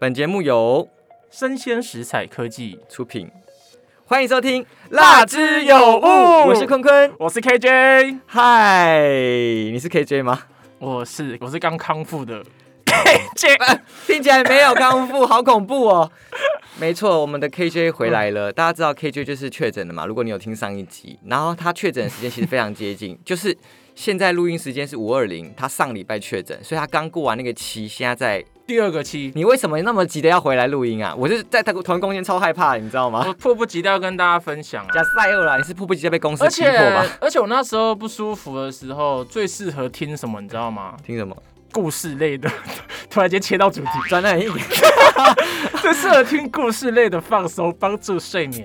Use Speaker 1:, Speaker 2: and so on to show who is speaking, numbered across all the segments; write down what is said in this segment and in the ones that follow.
Speaker 1: 本节目由
Speaker 2: 生鲜食材科技，
Speaker 1: 出品，欢迎收听《
Speaker 2: 辣之有物
Speaker 1: 我是坤坤。
Speaker 2: 我是 KJ，
Speaker 1: 嗨，你是 KJ 吗？
Speaker 2: 我是我是刚康复的 KJ，
Speaker 1: 听起来没有康复，好恐怖哦。 没错，我们的 KJ 回来了。大家知道 KJ 就是确诊了嘛？如果你有听上一集，然后他确诊的时间其实非常接近， 就是现在录音时间是五二零，他上礼拜确诊，所以他刚过完那个期，现在在。
Speaker 2: 第二个期，
Speaker 1: 你为什么那么急的要回来录音啊？我就是在同同一空间超害怕的，你知道吗？
Speaker 2: 我迫不及待要跟大家分享啊。
Speaker 1: 假赛欧啦，你是迫不及待被公司
Speaker 2: 而
Speaker 1: 逼
Speaker 2: 且
Speaker 1: 迫吧？
Speaker 2: 而且我那时候不舒服的时候，最适合听什么，你知道吗？
Speaker 1: 听什么？
Speaker 2: 故事类的， 突然间切到主题，
Speaker 1: 转了一点。
Speaker 2: 最适合听故事类的放松，帮助睡眠。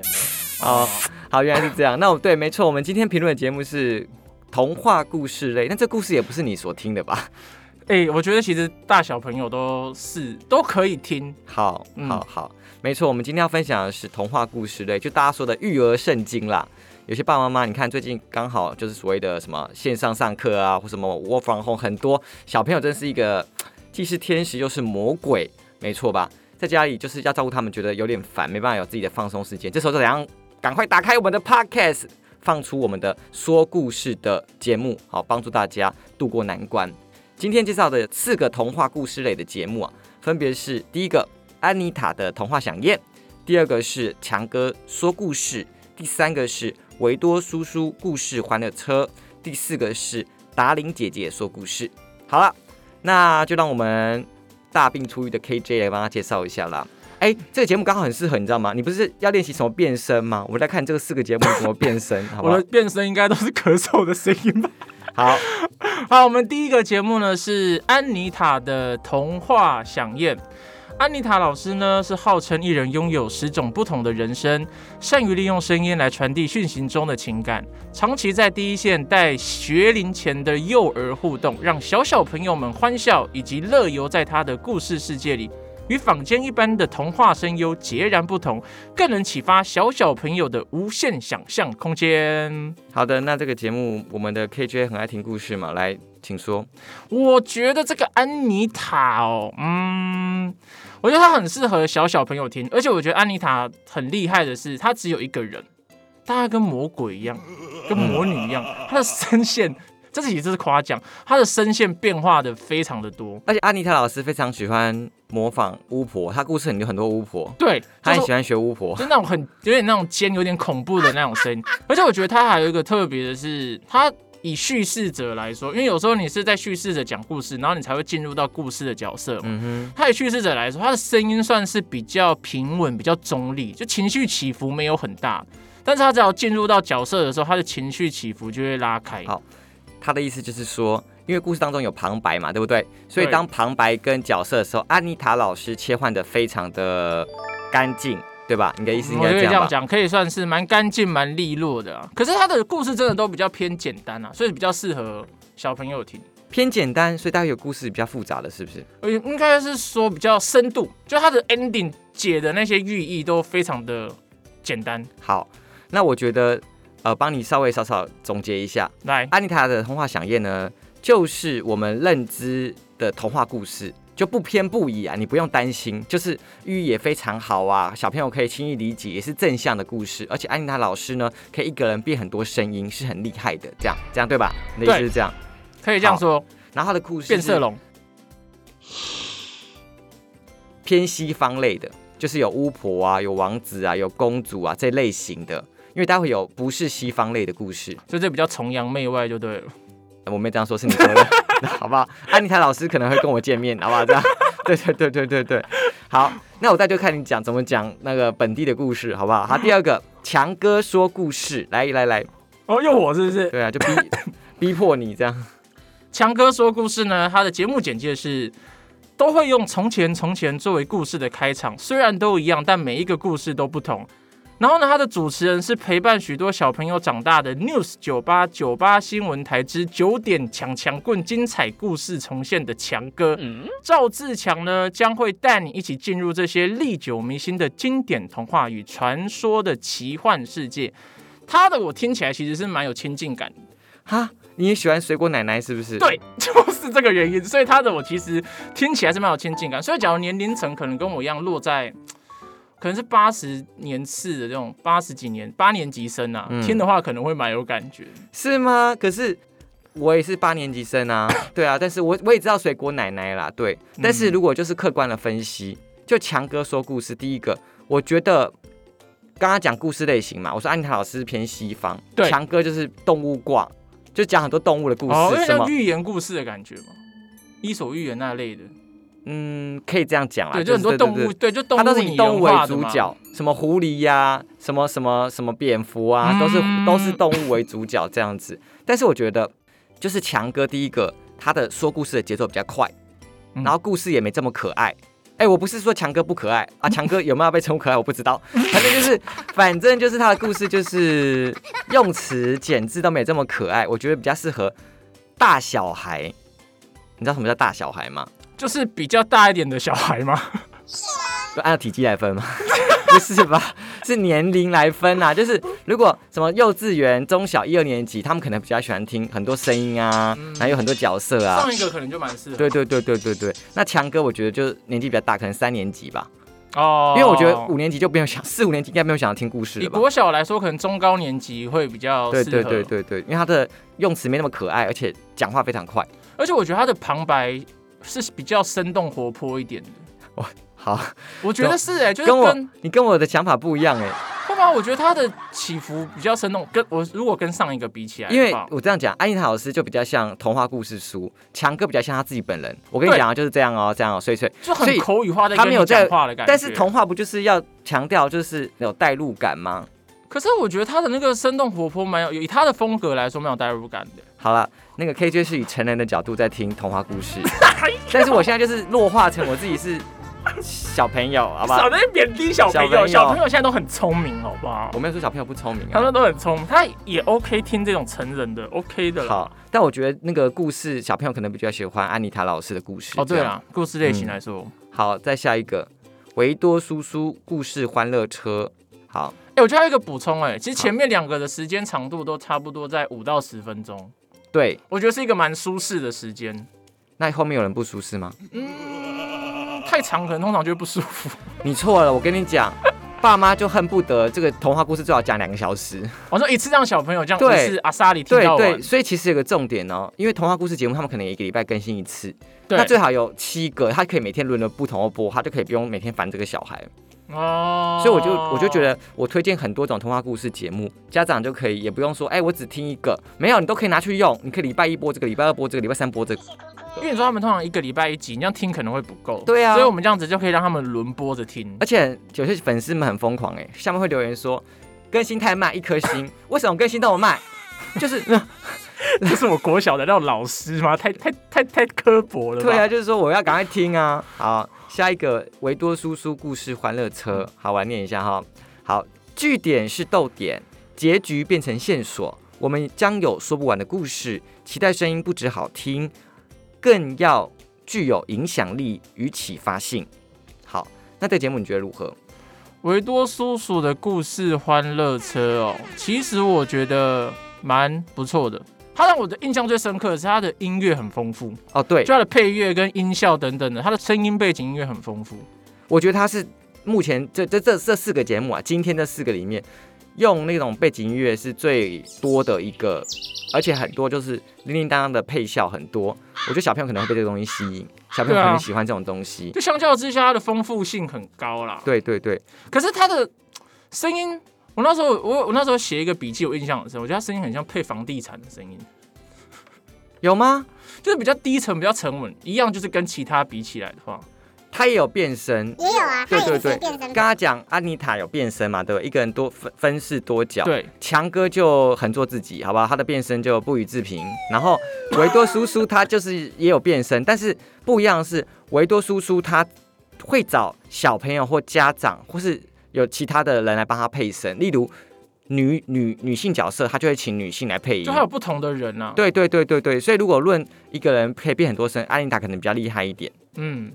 Speaker 1: 哦，好，原来是这样。那我对，没错，我们今天评论的节目是童话故事类，但这故事也不是你所听的吧？
Speaker 2: 哎、我觉得其实大小朋友都是都可以听，
Speaker 1: 好，
Speaker 2: 嗯
Speaker 1: 好，好，没错，我们今天要分享的是童话故事类，就大家说的育儿圣经啦。有些爸爸妈妈，你看最近刚好就是所谓的什么线上上课啊，或什么 work from home，很多小朋友真是一个既是天使又是魔鬼，没错吧？在家里就是要照顾他们，觉得有点烦，没办法有自己的放松时间。这时候就怎样？赶快打开我们的 podcast，放出我们的说故事的节目，好帮助大家渡过难关。今天介绍的四个童话故事类的节目啊，分别是第一个安妮塔的童话飨宴，第二个是强哥说故事，第三个是维多叔叔故事欢乐车，第四个是达玲姐姐说故事。好了，那就让我们大病初愈的 KJ 来帮他介绍一下啦。哎，这个节目刚好很适合，你知道吗？你不是要练习什么变声吗？我们来看这个四个节目怎么变声，好不
Speaker 2: 我
Speaker 1: 好
Speaker 2: 的？变声应该都是咳嗽的声音吧。
Speaker 1: 好，
Speaker 2: 好，我们第一个节目呢是安妮塔的童话飨宴。安妮塔老师呢是号称一人拥有十种不同的人生，善于利用声音来传递讯息中的情感，长期在第一线带学龄前的幼儿互动，让小小朋友们欢笑以及乐游在她的故事世界里。与坊间一般的童话声优截然不同，更能启发小小朋友的无限想象空间。
Speaker 1: 好的，那这个节目我们的 KJ 很爱听故事嘛，来，请说。
Speaker 2: 我觉得这个安妮塔哦，嗯，我觉得她很适合小小朋友听，而且我觉得安妮塔很厉害的是，她只有一个人，但她跟魔鬼一样，跟魔女一样，她的声线，这其实是夸奖，她的声线变化的非常的多。
Speaker 1: 而且安妮塔老师非常喜欢模仿巫婆，她故事里有很多巫婆，
Speaker 2: 对，
Speaker 1: 她
Speaker 2: 就
Speaker 1: 很
Speaker 2: 是
Speaker 1: 喜欢学巫婆。
Speaker 2: 就那种很有点那种尖、有点恐怖的那种声音。而且我觉得它还有一个特别的是，它以叙事者来说，因为有时候你是在叙事者讲故事，然后你才会进入到故事的角色嘛。
Speaker 1: 嗯
Speaker 2: 它以叙事者来说，它的声音算是比较平稳、比较中立，就情绪起伏没有很大。但是他只要进入到角色的时候，他的情绪起伏就会拉开。
Speaker 1: 好哼，她的意思就是说，因为故事当中有旁白嘛，对不对？所以
Speaker 2: 对
Speaker 1: 当旁白跟角色的时候，安妮塔老师切换的非常的干净，对吧？你的意思应
Speaker 2: 我
Speaker 1: 该这
Speaker 2: 觉哦得这样
Speaker 1: 样吧？
Speaker 2: 讲，可以算是蛮干净、蛮利落的、啊。可是他的故事真的都比较偏简单啊，所以比较适合小朋友听。
Speaker 1: 偏简单，所以大家有故事比较复杂的是不是？
Speaker 2: 呃，应该是说比较深度，就它的 ending 解的那些寓意都非常的简单。
Speaker 1: 好，那我觉得呃，帮你稍微稍稍总结一下，
Speaker 2: 来，
Speaker 1: 安妮塔的童话响宴呢，就是我们认知的童话故事，就不偏不倚啊，你不用担心，就是寓意也非常好啊，小朋友可以轻易理解，也是正向的故事。而且安妮塔老师呢，可以一个人变很多声音，是很厉害的，这样这样对吧？你的意思
Speaker 2: 对
Speaker 1: 是这样。
Speaker 2: 可以这样
Speaker 1: 好
Speaker 2: 说，
Speaker 1: 然后他的故事
Speaker 2: 变色
Speaker 1: 是
Speaker 2: 龙。
Speaker 1: 偏西方类的，就是有巫婆啊、有王子啊、有公主啊这类型的。因为待会有不是西方类的故事，
Speaker 2: 所以这比较崇洋媚外就对了。
Speaker 1: 呃我没这样说，是你说的，好不好？安妮塔老师可能会跟我见面，好不好？这样， 对对对对对对，好，那我再就看你讲怎么讲那个本地的故事，好不好？好，第二个，强哥说故事，来来来，
Speaker 2: 哦，又我是不是？
Speaker 1: 对啊，就逼 逼迫你这样，
Speaker 2: 强哥说故事呢，他的节目简介是都会用“从前从前”作为故事的开场，虽然都一样，但每一个故事都不同。然后呢，他的主持人是陪伴许多小朋友长大的 News 九八九八新闻台之九点强强棍精彩故事重现的强哥。赵志强呢，将会带你一起进入这些历久弥新的经典童话与传说的奇幻世界。他的我听起来其实是蛮有亲近感的
Speaker 1: 哈，你也喜欢水果奶奶是不是？
Speaker 2: 对， 就是这个原因。所以他的我其实听起来是蛮有亲近感。所以假如年龄层可能跟我一样落在，可能是八十年次的这种八十几年八年级生啊，
Speaker 1: 嗯
Speaker 2: 听的话可能会蛮有感觉。
Speaker 1: 是吗？可是我也是八年级生 啊，对啊，但是我我也知道水果奶奶啦，对。
Speaker 2: 嗯
Speaker 1: 但是如果就是客观的分析，就强哥说故事，第一个，我觉得刚刚讲故事类型嘛，我说安妮塔老师偏西方，
Speaker 2: 对
Speaker 1: 强哥就是动物挂，就讲很多动物的故事，
Speaker 2: 哦，有点
Speaker 1: 什
Speaker 2: 像
Speaker 1: 么，
Speaker 2: 寓言故事的感觉嘛，伊索寓言那类的。
Speaker 1: 嗯，可以这样讲啦，
Speaker 2: 对，就很多
Speaker 1: 是
Speaker 2: 动
Speaker 1: 对对
Speaker 2: 物，对，就动物
Speaker 1: 它都是以
Speaker 2: 拟
Speaker 1: 动物
Speaker 2: 人
Speaker 1: 为
Speaker 2: 化的
Speaker 1: 主
Speaker 2: 嘛。
Speaker 1: 角，什么狐狸呀、什么什么什么蝙蝠啊，都是
Speaker 2: 嗯
Speaker 1: 都是动物为主角这样子。但是我觉得，就是强哥第一个，他的说故事的节奏比较快，
Speaker 2: 嗯
Speaker 1: 然后故事也没这么可爱。哎、我不是说强哥不可爱啊，强哥有没有被称呼可爱我不知道，反正就是，反正就是他的故事就是用词简字都没这么可爱，我觉得比较适合大小孩。你知道什么叫大小孩吗？
Speaker 2: 就是比较大一点的小孩嘛。
Speaker 1: 就按照体积来分吗？不是吧？是年龄来分啊。就是如果什么幼稚园、中小一二年级，他们可能比较喜欢听很多声音啊，还有很多角色啊。
Speaker 2: 上一个可能就蛮适合。
Speaker 1: 对对对对对对。那强哥我觉得就是年纪比较大，可能三年级吧，
Speaker 2: 哦
Speaker 1: 因，为我觉得五年级就没有想，四五年级应该没有想要听故事
Speaker 2: 以
Speaker 1: 了吧？
Speaker 2: 国小来说，可能中高年级会比较适
Speaker 1: 对
Speaker 2: 合。
Speaker 1: 对对对对，因为他的用词没那么可爱，而且讲话非常快。
Speaker 2: 而且我觉得他的旁白是比较生动活泼一点的。
Speaker 1: 好，
Speaker 2: 我觉得是哎、就是
Speaker 1: 跟我
Speaker 2: 跟
Speaker 1: 你跟我的想法不一样哎、
Speaker 2: 会吗？我觉得他的起伏比较生动，跟我如果跟上一个比起来的
Speaker 1: 因
Speaker 2: 话，
Speaker 1: 为我这样讲，安妮塔老师就比较像童话故事书，强哥比较像他自己本人。我跟你
Speaker 2: 对
Speaker 1: 讲啊，就是这样哦，这样哦，所以所以，
Speaker 2: 就
Speaker 1: 所
Speaker 2: 很
Speaker 1: 以
Speaker 2: 口语化在
Speaker 1: 他
Speaker 2: 跟
Speaker 1: 没有
Speaker 2: 你
Speaker 1: 在
Speaker 2: 讲话的感觉。
Speaker 1: 但是童话不就是要强调就是有代入感吗？
Speaker 2: 可是我觉得他的那个生动活泼，蛮有以他的风格来说，蛮有代入感的。
Speaker 1: 好了，那个 KJ 是以成人的角度在听童话故 事，但是我现在就是弱化成我自己是小朋友，好吧？
Speaker 2: 在那边贬低小
Speaker 1: 朋友嗯小朋
Speaker 2: 友现在都很聪明，好不好
Speaker 1: 我没有说小朋友不聪明
Speaker 2: 他
Speaker 1: 啊。
Speaker 2: 们都很聪明，他也 OK 听这种成人的 OK 的啦。
Speaker 1: 好，但我觉得那个故事小朋友可能比较喜欢安妮塔老师的故事。
Speaker 2: 哦，对
Speaker 1: 这样
Speaker 2: 啦，故事类型来说，
Speaker 1: 好，再下一个维多叔叔故事欢乐车。好，
Speaker 2: 哎、我觉得还有一个补充、哎，其实前面两个的时间长度都差不多在五到十分钟，
Speaker 1: 对，
Speaker 2: 我觉得是一个蛮舒适的时间。
Speaker 1: 那后面有人不舒适吗？
Speaker 2: 太长可能通常就会不舒服。
Speaker 1: 你错了，我跟你讲， 爸妈就恨不得这个童话故事最好讲两个小 时。
Speaker 2: 我说一次让小朋友这样
Speaker 1: 对
Speaker 2: 一次阿莎里听
Speaker 1: 对
Speaker 2: 到完
Speaker 1: 对，，所以其实有个重点哦，因为童话故事节目他们可能一个礼拜更新一次，那
Speaker 2: 对
Speaker 1: 最好有七个，他可以每天轮流不同的播，他就可以不用每天烦这个小孩。
Speaker 2: 哦，
Speaker 1: 所以我就我就觉得，我推荐很多种童话故事节目，家长就可以也不用说，哎，我只听一个，没有，你都可以拿去用，你可以礼拜一播这个，礼拜二播这个，礼拜三播这个。
Speaker 2: 因为你说他们通常一个礼拜一集，你这样听可能会不够。
Speaker 1: 对啊
Speaker 2: 所以我们这样子就可以让他们轮播着听。
Speaker 1: 而且有些粉丝们很疯狂哎、下面会留言说更新太慢，一颗星，为什么更新那么慢？就是
Speaker 2: 这是我国小的那种老师吗？太太太太刻薄了吧
Speaker 1: 对啊，就是说我要赶快听啊。好，下一个维多叔叔故事欢乐车，好，我来念一下哈。好，据点是逗点，结局变成线索，我们将有说不完的故事。期待声音不止好听，更要具有影响力与启发性。好，那这个节目你觉得如何？
Speaker 2: 维多叔叔的故事欢乐车哦，其实我觉得蛮不错的。他让我的印象最深刻的是他的音乐很丰富，
Speaker 1: 哦，对
Speaker 2: 就，他的配乐跟音效等等的，他的声音背景音乐很丰富。
Speaker 1: 我觉得它是目前这这这这四个节目啊，今天这四个里面，用那种背景音乐是最多的一个，而且很多就是叮叮当当的配效很多。我觉得小朋友可能会被这个东西吸引，小朋友
Speaker 2: 对啊
Speaker 1: 很喜欢这种东西。
Speaker 2: 就相较之下，它的丰富性很高啦。
Speaker 1: 对对对，
Speaker 2: 可是他的嘖声音，我那时候我我那时候写一个笔记，我印象很深，我觉得他声音很像配房地产的声音，
Speaker 1: 有吗？
Speaker 2: 就是比较低沉、比较沉稳，一样就是跟其他比起来的话，
Speaker 1: 他也有变身。
Speaker 3: 也有啊，
Speaker 1: 对
Speaker 3: 他也
Speaker 1: 对对
Speaker 3: 是变身
Speaker 1: 刚刚讲安妮塔有变身嘛，对吧？一个人多分分饰多角。
Speaker 2: 对，
Speaker 1: 强哥就很做自己，好吧，他的变身就不予置评。然后维多叔叔他就是也有变身，但是不一样的是，维多叔叔他会找小朋友或家长或是有其他的人来帮他配声，例如女女女性角色，他就会请女性来配音
Speaker 2: 就。还有不同的人啊。，
Speaker 1: 对对对对对，所以如果论一个人可以变很多声，安妮塔可能比较厉害一点。
Speaker 2: 嗯。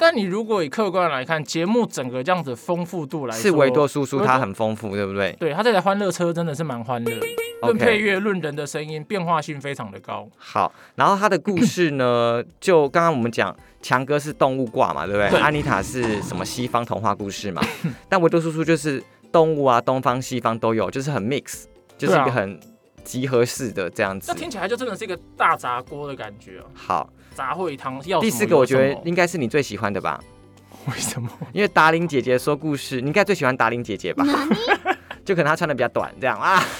Speaker 2: 但你如果以客观来看，节目整个这样子丰富度来说，
Speaker 1: 是维多叔叔
Speaker 2: 维多
Speaker 1: 他很丰富，对不对
Speaker 2: 对他这台欢乐车真的是蛮欢乐的，论
Speaker 1: ？OK，
Speaker 2: 配乐、论人的声音，变化性非常的高。
Speaker 1: 好，然后他的故事 呢，就刚刚我们讲，强哥是动物挂嘛，对不对？
Speaker 2: 对
Speaker 1: 安妮塔是什么西方童话故 事嘛？但维多叔叔就是动物啊，东方西方都有，就是很 mix，就是一
Speaker 2: 对
Speaker 1: 个
Speaker 2: 啊
Speaker 1: 很集合式的这样子
Speaker 2: 那。听起来就真的是一个大杂锅的感觉啊，
Speaker 1: 好，
Speaker 2: 杂烩汤要什么
Speaker 1: 第四个我觉
Speaker 2: 有
Speaker 1: 得
Speaker 2: 什么
Speaker 1: 应该是你最喜欢的吧，
Speaker 2: 为什么？
Speaker 1: 因 为达玲姐姐说故事，你应该最喜欢达玲姐姐吧？ 就可能她穿的比较短，这样啊。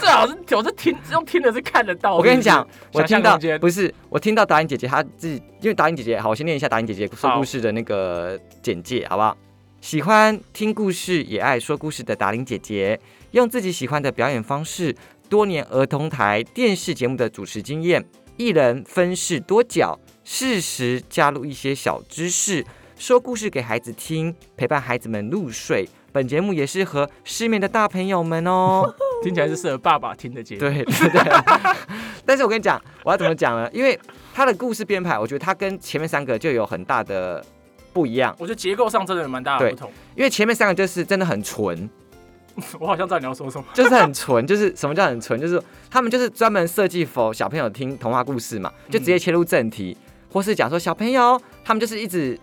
Speaker 2: 最好是我是听用听的是看得到。
Speaker 1: 我跟你
Speaker 2: 是
Speaker 1: 讲
Speaker 2: 不是，
Speaker 1: 我
Speaker 2: 想象
Speaker 1: 听到
Speaker 2: 空间
Speaker 1: 不是，我听到达英姐姐她自己，因为达英姐姐，好，我先念一下达英姐姐说
Speaker 2: 好
Speaker 1: 故事的那个简介，好不好？喜欢听故事也爱说故事的达玲姐姐，用自己喜欢的表演方式，多年儿童台电视节目的主持经验，一人分饰多角，适时加入一些小知识，说故事给孩子听，陪伴孩子们入睡。本节目也适合失眠的大朋友们哦。
Speaker 2: 听起来是适合爸爸听的节目。
Speaker 1: 对 对对。 但是我跟你讲，我要怎么讲呢？因为他的故事编排，我觉得他跟前面三个就有很大的不一样。
Speaker 2: 我觉得结构上真的有蛮大的
Speaker 1: 对
Speaker 2: 不同。
Speaker 1: 因为前面三个就是真的很纯，
Speaker 2: 我好像知道你要说什么。
Speaker 1: 就是很纯，就是什么叫很纯？就是他们就是专门设计 for 小朋友听童话故事嘛，就直接切入正题，或是讲说小朋友，他们就是一直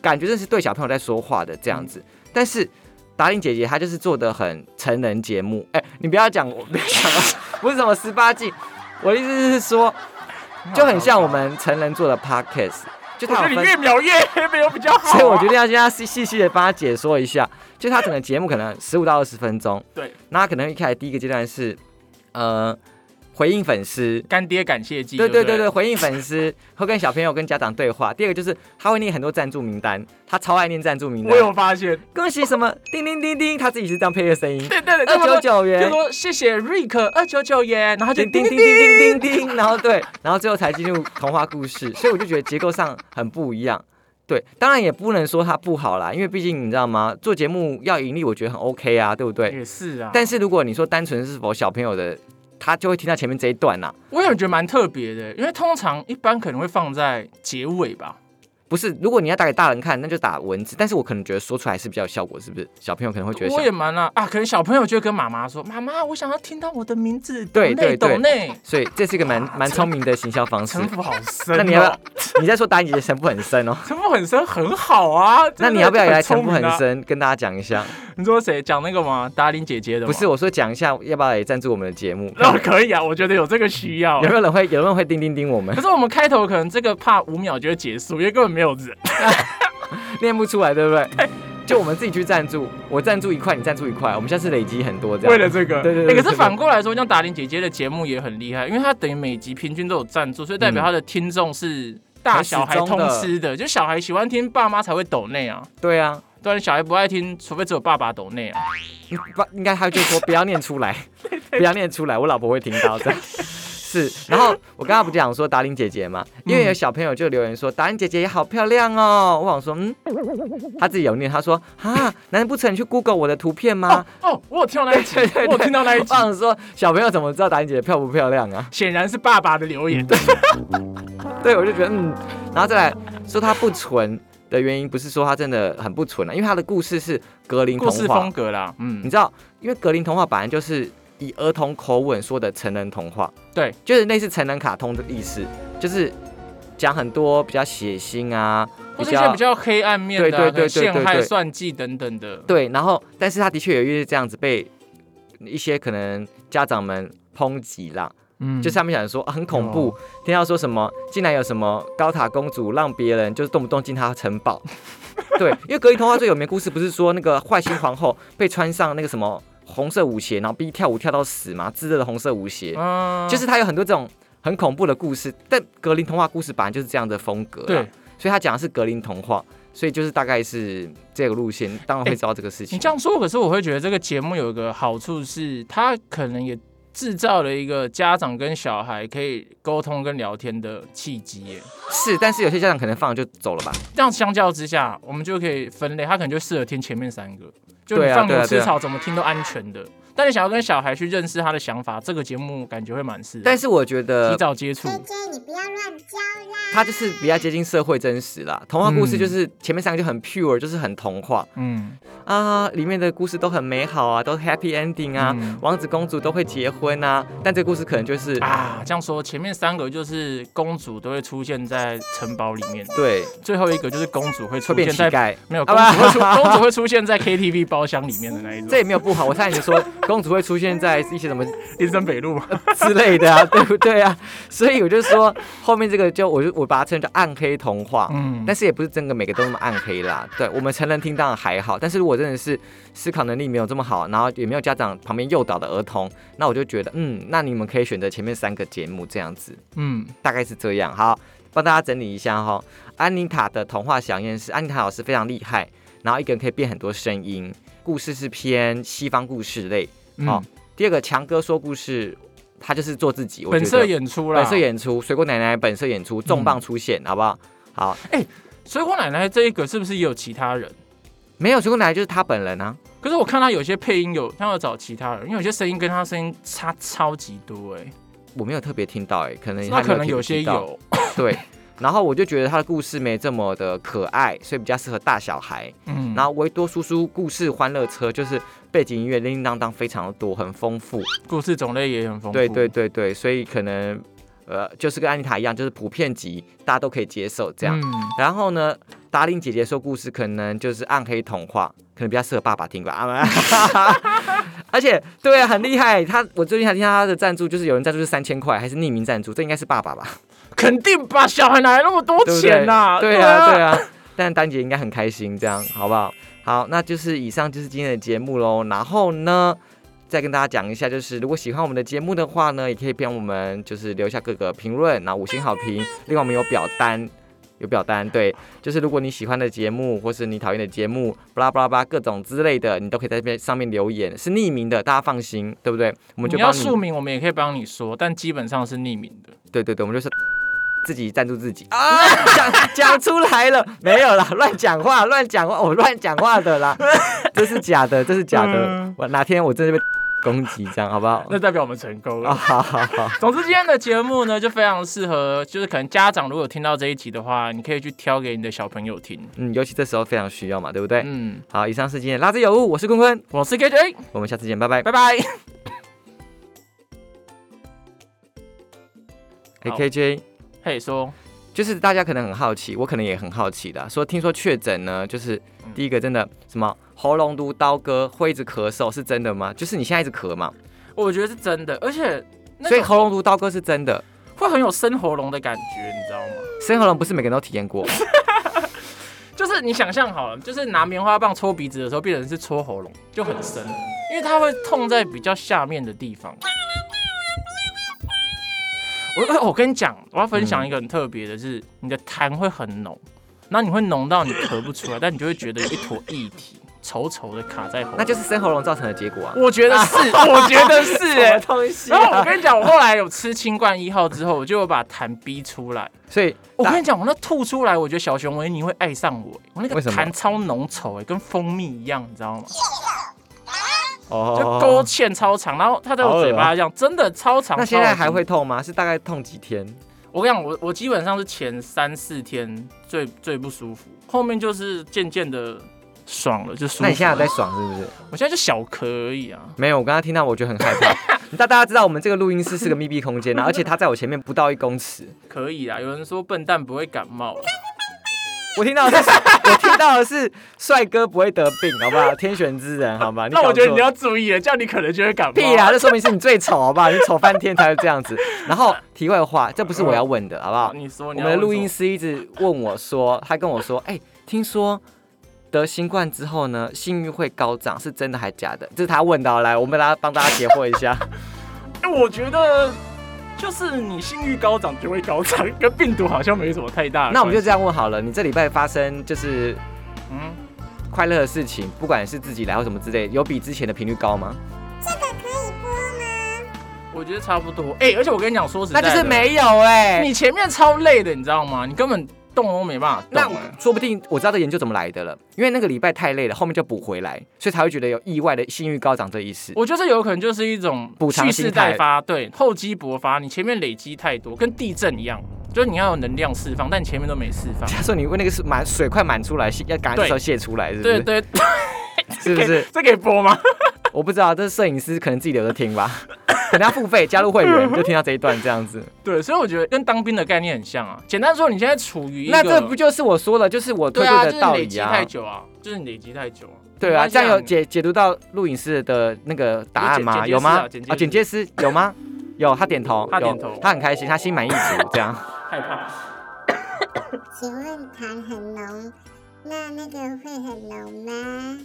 Speaker 1: 感觉这是对小朋友在说话的这样子。但是达令姐姐她就是做的很成人节目，哎、你不要讲我，不要讲了，不是什么十八禁，我的意思是说，就很像我。们成人做的 podcast，就
Speaker 2: 我觉
Speaker 1: 它有
Speaker 2: 得你
Speaker 1: 分，
Speaker 2: 越描越黑没有比较好啊、
Speaker 1: 所以我决定要先细细细的帮他解说一下，就它整个节目可能十五到二十分钟，
Speaker 2: 对
Speaker 1: 那它可能一开始第一个阶段是，呃，回应粉丝。
Speaker 2: 干爹感谢祭就
Speaker 1: 对
Speaker 2: 了。
Speaker 1: 对对对，回应粉丝会跟小朋友跟家长对话。第二个就是他会念很多赞助名单，他超爱念赞助名单
Speaker 2: 我。有发现。
Speaker 1: 恭喜什么叮叮叮叮，他自己是这样配乐声音。
Speaker 2: 对对对，
Speaker 1: 二
Speaker 2: 他们
Speaker 1: 九
Speaker 2: 说
Speaker 1: 九元
Speaker 2: 就，说谢谢 Rick 二九九元，然后就
Speaker 1: 叮叮叮叮叮叮叮，然后对，然后最后才进入童话故事，所以我就觉得结构上很不一样。对，当然也不能说它不好啦，因为毕竟你知道吗？做节目要盈利，我觉得很 OK 啊，对不对？
Speaker 2: 也是啊。
Speaker 1: 但是如果你说单纯是否小朋友的，他就会听到前面这一段啦、
Speaker 2: 我有觉得蛮特别的，因为通常一般可能会放在结尾吧。
Speaker 1: 不是，如果你要打给大人看，那就打文字，但是我可能觉得说出来是比较有效果，是不是？小朋友可能会觉得想
Speaker 2: 我也蛮啊啊，可能小朋友就会跟妈妈说：“妈妈，我想要听到我的名字。
Speaker 1: 对
Speaker 2: 懂内
Speaker 1: 对对
Speaker 2: 懂内，
Speaker 1: 所以这是一个 蛮蛮聪明的行销方式
Speaker 2: 城。府好深、哦。
Speaker 1: 那你要不要？你在说打你的神不很深哦？
Speaker 2: 城府很深很好啊。
Speaker 1: 那你要不要也来城
Speaker 2: 城
Speaker 1: 不很？深跟大家讲一下？
Speaker 2: 啊你说谁讲那个吗？达玲姐姐的吗
Speaker 1: 不是，，我说讲一下，要不要也赞助我们的节目？
Speaker 2: 那可以啊，我觉得有这个需要
Speaker 1: 有。没有人会有没有人会叮叮叮我们
Speaker 2: 可？是我们开头可能这个怕五秒就会结束，因为根本没有人。
Speaker 1: 念不出来，对不对？就我们自己去赞助，我赞助一块，你赞助一块，我们下次累积很多这
Speaker 2: 为
Speaker 1: 样。
Speaker 2: 了这个，
Speaker 1: 对对对
Speaker 2: 欸
Speaker 1: 这
Speaker 2: 可
Speaker 1: 个
Speaker 2: 是反过来说，像达玲姐姐的节目也很厉害，因为她等于每集平均都有赞助，所以代
Speaker 1: 嗯
Speaker 2: 表她的听众是大小孩通吃的，就小孩喜欢听，爸妈才会抖内啊。
Speaker 1: 对啊，
Speaker 2: 对啊，小孩不爱听，除非只有爸爸抖内啊。
Speaker 1: 你不应该他就说不要念出来，不要念出来，我老婆会听到这样。是，然后我刚刚不讲说达玲姐姐嘛，因为有小朋友就留言说达玲姐姐也好漂亮哦，我想说嗯，她自己有念，她说啊，难不成你去 Google 我的图片吗？
Speaker 2: 哦，我有听到那一集，
Speaker 1: 啊 对对对
Speaker 2: 我有听到那一
Speaker 1: 我
Speaker 2: 集，
Speaker 1: 想说小朋友怎么知道达玲姐姐漂不漂亮啊？
Speaker 2: 显然是爸爸的留言。
Speaker 1: 嗯对，我就觉得嗯，然后再来说它不纯的原因，不是说它真的很不纯啊，因为它的故事是格林童
Speaker 2: 故事
Speaker 1: 话
Speaker 2: 风，格啦，嗯
Speaker 1: 你，知道，因为格林童话本来就是以儿童口吻说的成人童话，
Speaker 2: 对，
Speaker 1: 就是类似成人卡通的意思，就是讲很多比较血腥啊，
Speaker 2: 或是一些比较黑暗面的、啊，
Speaker 1: 对对对对
Speaker 2: 可能陷
Speaker 1: 对
Speaker 2: 害、
Speaker 1: 对对
Speaker 2: 算计等等的。
Speaker 1: 对，然后但是它的确有因为这样子被一些可能家长们抨击啦，
Speaker 2: 嗯
Speaker 1: 就是他们想说、啊很恐怖，听到说什么竟然有什么高塔公主让别人就是动不动进她城 堡，对，因为格林童话最有名的故事不是说那个坏心皇后被穿上那个什么红色舞鞋，然后逼跳舞跳到死嘛，炙热的红色舞鞋，
Speaker 2: 嗯
Speaker 1: 就是它有很多这种很恐怖的故事，但格林童话故事本来就是这样的风格，
Speaker 2: 对，。
Speaker 1: 所以他讲的是格林童话，所以就是大概是这个路线，当然会知道这个事情
Speaker 2: 哎你，这样说，可是我会觉得这个节目有一个好处是，它可能也制造了一个家长跟小孩可以沟通跟聊天的契机耶。
Speaker 1: 是，但是有些家长可能放了就走了吧，
Speaker 2: 这样相较之下，我们就可以分类，它可能就适合听前面三个，就
Speaker 1: 对
Speaker 2: 你
Speaker 1: 啊
Speaker 2: 放
Speaker 1: 对啊
Speaker 2: 牛吃
Speaker 1: 对啊
Speaker 2: 草怎么听都安全的。但你想要跟小孩去认识他的想法，这个节目感觉会蛮适合。
Speaker 1: 但是呃我觉
Speaker 2: 提
Speaker 1: 得
Speaker 2: 早接触，
Speaker 3: J J，你不要乱教啦。
Speaker 1: 它就是比较接近社会真实啦。童话故事
Speaker 2: 嗯
Speaker 1: 就是前面三个就很 pure，就是很童话
Speaker 2: 嗯，
Speaker 1: 啊，里面的故事都很美好啊，都 happy ending 啊，
Speaker 2: 嗯
Speaker 1: 王子公主都会结婚啊。但这个故事可能就是
Speaker 2: 啊，这样说，前面三个就是公主都会出现在城堡里面，
Speaker 1: 对
Speaker 2: 最后一个就是公主会
Speaker 1: 会
Speaker 2: 出
Speaker 1: 变
Speaker 2: 现
Speaker 1: 乞
Speaker 2: 在
Speaker 1: 丐，
Speaker 2: 没有
Speaker 1: 好
Speaker 2: 公
Speaker 1: 吧
Speaker 2: 主会出公主会出现在 KTV 包厢里面的那一种，
Speaker 1: 这也没有不好。我差点说公主会出现在一些什么
Speaker 2: 林森北路嘛，
Speaker 1: 之类的啊，对不对啊？所以我就说后面这个就我就我把它称叫暗黑童话。
Speaker 2: 嗯，
Speaker 1: 但是也不是真的每个都那么暗黑啦。对我们成人听当然还好，但是如果真的是思考能力没有这么好，然后也没有家长旁边诱导的儿童，那我就觉得，嗯，那你们可以选择前面三个节目这样子，
Speaker 2: 嗯，
Speaker 1: 大概是这样。好，帮大家整理一下哈、安妮塔的童话小验室，安妮塔老师非常厉害，然后一个人可以变很多声音，故事是偏西方故事类。
Speaker 2: 嗯
Speaker 1: 好、第二个强哥说故事，他就是做自己，我觉
Speaker 2: 本
Speaker 1: 得
Speaker 2: 色演出啦，
Speaker 1: 本色演出，水果奶奶本色演出，重磅出现，好不好？好，
Speaker 2: 水果奶奶这一个是不是也有其他人？
Speaker 1: 没有水果奶奶就是他本人啊，
Speaker 2: 可是我看她有些配音有，她要找其他人，因为有些声音跟她声音差超级多哎、
Speaker 1: 我没有特别听到哎、可能
Speaker 2: 那
Speaker 1: 还没
Speaker 2: 可能
Speaker 1: 听
Speaker 2: 有些
Speaker 1: 到
Speaker 2: 有，
Speaker 1: 对。然后我就觉得他的故事没这么的可爱，所以比较适合大小孩。
Speaker 2: 嗯，
Speaker 1: 然后维多叔叔故事欢乐车就是背景音乐叮叮当当非常的多，很丰富。
Speaker 2: 故事种类也很丰富，
Speaker 1: 对对对对，所以可能呃就是跟安妮塔一样，就是普遍级，大家都可以接受这样。
Speaker 2: 嗯
Speaker 1: 然后呢，达令姐姐说故事可能就是暗黑童话，可能比较适合爸爸听吧。 啊而且，对啊，很厉害。他我最近还听到他的赞助，就是有人赞助是三千块，还是匿名赞助，这应该是爸爸吧？
Speaker 2: 肯定吧，小孩哪来那么多
Speaker 1: 对不
Speaker 2: 钱呐、
Speaker 1: 对
Speaker 2: 啊，
Speaker 1: 啊，对啊。但丹姐应该很开心，这样好不好？好，那就是以上就是今天的节目喽。然后呢，再跟大家讲一下，就是如果喜欢我们的节目的话呢，也可以帮我们就是留下各个评论，然后五星好评。另外我们有表单。有表单，对，就是如果你喜欢的节目，或是你讨厌的节目，巴拉巴拉巴拉各种之类的，你都可以在这边上面留言，是匿名的，大家放心，对不对？我们就
Speaker 2: 你要
Speaker 1: 帮你
Speaker 2: 署名，我们也可以帮你说，但基本上是匿名的。
Speaker 1: 对对对，我们就是自己赞助自己啊， 讲讲出来了，没有啦，乱讲话，乱讲话，我哦乱讲话的 啦，这是假的，这是假的
Speaker 2: 嗯，
Speaker 1: 我哪天我真的被 攻击，这样好不好？
Speaker 2: 那代表我们成功
Speaker 1: 啊，
Speaker 2: 了。
Speaker 1: 好好好，
Speaker 2: 总之，今天的节目呢，就非常适合，就是可能家长如果有听到这一集的话，你可以去挑给你的小朋友听。
Speaker 1: 嗯，尤其这时候非常需要嘛，对不对？
Speaker 2: 嗯，
Speaker 1: 好，以上是今天的拉子有物，我是坤坤，
Speaker 2: 我是 KJ，
Speaker 1: 我们下次见，拜拜。
Speaker 2: 拜拜。
Speaker 1: 哎
Speaker 2: 好
Speaker 1: KJ，
Speaker 2: 嘿，说，
Speaker 1: 就是大家可能很好奇，我可能也很好奇的啊，说听说确诊呢，就是
Speaker 2: 嗯
Speaker 1: 第一个真的什么喉咙毒、刀割，会一直咳嗽，是真的吗？就是你现在一直咳嘛，
Speaker 2: 我觉得是真的，而且那
Speaker 1: 所以
Speaker 2: 个
Speaker 1: 喉咙毒、刀割是真的。
Speaker 2: 会很有生喉咙的感觉，你知道吗？
Speaker 1: 生喉咙不是每个人都体验 过，
Speaker 2: 就是你想象好了，就是拿棉花棒戳鼻子的时候，变成是戳喉咙，就很深，因为它会痛在比较下面的地方。我我跟你讲，我要分享一个很特别的是，你的痰会很浓，然后你会浓到你咳不出来，但你就会觉得有一坨液体稠稠的卡在喉咙。
Speaker 1: 那就是生喉咙造成的结果啊。
Speaker 2: 我觉得 是，我觉得是、哎
Speaker 1: 东西啊
Speaker 2: 然后我跟你讲，我后来有吃清冠一号之后，我就有把痰逼出来。
Speaker 1: 所以
Speaker 2: 我
Speaker 1: 大
Speaker 2: 跟你讲，我那吐出来，我觉得小熊维尼会爱上我、我那个
Speaker 1: 为什么
Speaker 2: 痰超浓稠哎、跟蜂蜜一样，你知道吗？就勾
Speaker 1: 哦，
Speaker 2: 芡超长，然后它在
Speaker 1: 好恶
Speaker 2: 我
Speaker 1: 啊
Speaker 2: 嘴巴这样，真的超长。
Speaker 1: 那现在
Speaker 2: 超恶心
Speaker 1: 还会？痛吗？是大概痛几天？
Speaker 2: 我跟你讲，我我基本上是前三四天最最不舒服，后面就是渐渐的爽了，就舒服
Speaker 1: 那
Speaker 2: 了。啊
Speaker 1: 你现在有在爽是不是？
Speaker 2: 我现在就小咳而已啊。
Speaker 1: 没有，我刚刚听到我觉得很害 怕。你知道大家知道我们这个录音室是个密闭空间啊，而且它在我前面不到一公尺。
Speaker 2: 可以啊，有人说笨蛋不会感冒啊啦，
Speaker 1: 我听到的 是，我听到的是帅哥不会得病，好不好？天选之人，好吗？
Speaker 2: 那我觉得
Speaker 1: 搞错
Speaker 2: 你要注意了，这样你可能就会感冒。啊
Speaker 1: 屁啦，这说明是你最丑，好不好？你丑翻天才会这样子。然后题外话，这不是我要问的，好不好
Speaker 2: 好！？你说
Speaker 1: 我
Speaker 2: 哦你
Speaker 1: 们
Speaker 2: 要
Speaker 1: 的录
Speaker 2: 问
Speaker 1: 音
Speaker 2: 什
Speaker 1: 师一直问我说，他跟我说，哎、听说得新冠之后呢，性欲会高涨，是真的还假的？这是他问到，来，我们大家帮大家解惑一 下。
Speaker 2: 么哎我觉得就是你性欲高涨就会高涨，跟病毒好像没什么太大的关系。
Speaker 1: 那我们就这样问好了，你这礼拜发生就是
Speaker 2: 嗯。
Speaker 1: 快乐的事情，不管是自己来或什么之类，有比之前的频率高吗？
Speaker 2: 我觉得差不多，哎、而且我跟你讲，说实在
Speaker 1: 那
Speaker 2: 的，
Speaker 1: 就是没有哎、
Speaker 2: 你前面超累的，你知道吗？你根本动都没办法
Speaker 1: 那
Speaker 2: 动啊。
Speaker 1: 说不定我知道这研究怎么来的了，因为那个礼拜太累了，后面就补回来，所以才会觉得有意外的性欲高涨这一思。
Speaker 2: 我觉得这有可能就是一种
Speaker 1: 补偿
Speaker 2: 蓄
Speaker 1: 心
Speaker 2: 势待
Speaker 1: 态
Speaker 2: 发，对，厚积薄发。你前面累积太多，跟地震一样，就是你要有能量释放，但你前面都没释放。
Speaker 1: 他说你为那个是满水快满出来，泄要赶快
Speaker 2: 对
Speaker 1: 时候泄出来，是不
Speaker 2: 对
Speaker 1: 是？
Speaker 2: 对，
Speaker 1: 是不是？
Speaker 2: 这可以播吗？
Speaker 1: 我不知道，这是摄影师可能自己留着听吧， 可能要付费加入会员就听到这一段这样子。
Speaker 2: 对，所以我觉得跟当兵的概念很像啊。简单说，你现在处于一
Speaker 1: 那这
Speaker 2: 个
Speaker 1: 不就是我说的，就是我推
Speaker 2: 对啊，
Speaker 1: 论
Speaker 2: 就是
Speaker 1: 的道
Speaker 2: 累
Speaker 1: 理
Speaker 2: 积
Speaker 1: 啊
Speaker 2: 太？久啊，就是你累积太久啊。
Speaker 1: 对啊，
Speaker 2: 你
Speaker 1: 这
Speaker 2: 发现
Speaker 1: 样有解解读到录影师的那个答案
Speaker 2: 有
Speaker 1: 吗？
Speaker 2: 剪
Speaker 1: 有吗？
Speaker 2: 剪接师啊
Speaker 1: 啊，剪
Speaker 2: 剪
Speaker 1: 接师有吗？有，他点头，
Speaker 2: 他
Speaker 1: 有
Speaker 2: 点头
Speaker 1: 他很开心，他心满意足，这样。
Speaker 2: 害怕，
Speaker 3: 请问糖很浓，那那个会很浓吗？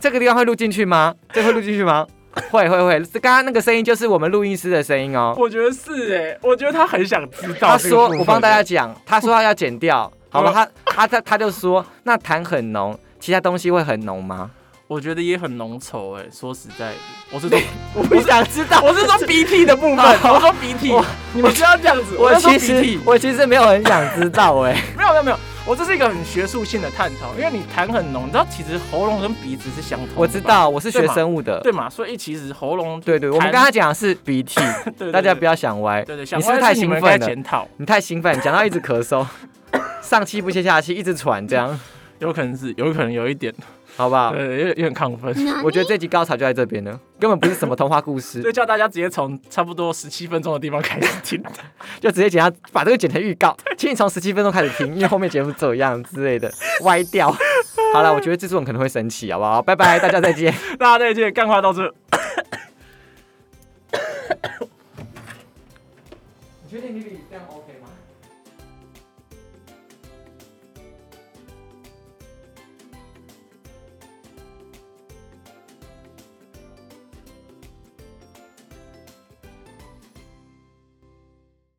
Speaker 1: 这个地方会录进去吗？这会录进去吗？ 会会会，这刚刚那个声音就是我们录音师的声音哦。
Speaker 2: 我觉得是哎、我觉得他很想知道。
Speaker 1: 他说，我帮大家，讲，他说他要剪掉，好吧？
Speaker 2: 嗯
Speaker 1: 他他他他就说，那痰很浓，其他东西会很浓吗？
Speaker 2: 我觉得也很浓稠哎、说实在的，我是说，
Speaker 1: 我不想知道， 哦
Speaker 2: 我是说鼻涕的 部分，我说鼻涕
Speaker 1: 我，
Speaker 2: 你们不要这样 子，
Speaker 1: 我
Speaker 2: 要说
Speaker 1: 其
Speaker 2: 鼻
Speaker 1: 实
Speaker 2: 涕
Speaker 1: 我其实没有很想知道哎、
Speaker 2: 没有没有没有，我这是一个很学术性的探讨，因为你痰很浓，你知道其实喉咙跟鼻子是相通的吧，
Speaker 1: 我知道我是学
Speaker 2: 对嘛
Speaker 1: 生物的，
Speaker 2: 对嘛，所以其实喉咙
Speaker 1: 对对，我们
Speaker 2: 痰
Speaker 1: 刚刚讲的是鼻涕，
Speaker 2: 对对
Speaker 1: 大家
Speaker 2: 对
Speaker 1: 不要想歪，
Speaker 2: 对对，
Speaker 1: 你
Speaker 2: 想
Speaker 1: 是不
Speaker 2: 歪
Speaker 1: 是太
Speaker 2: 你
Speaker 1: 兴
Speaker 2: 们
Speaker 1: 奋
Speaker 2: 该
Speaker 1: 了？
Speaker 2: 检讨，
Speaker 1: 你太兴奋，讲到一直咳 嗽，上气不接下气，一直喘，这样
Speaker 2: 有可能是有可能有一点，
Speaker 1: 好不好？
Speaker 2: 对，有点有点亢奋。
Speaker 1: 我觉得这集高潮就在这边了，根本不是什么童话故
Speaker 2: 所
Speaker 1: 事，
Speaker 2: 以叫大家直接从差不多十七分钟的地方开始听。
Speaker 1: 就直接剪它，把这个剪成预告，请你从十七分钟开始听，因为后面节目走样之类 的，歪掉。好了，我觉得制作人可能会生气，好不好？拜拜，大家再见。
Speaker 2: 大家再见，干话到这。
Speaker 1: 你确定你比这样 OK 吗？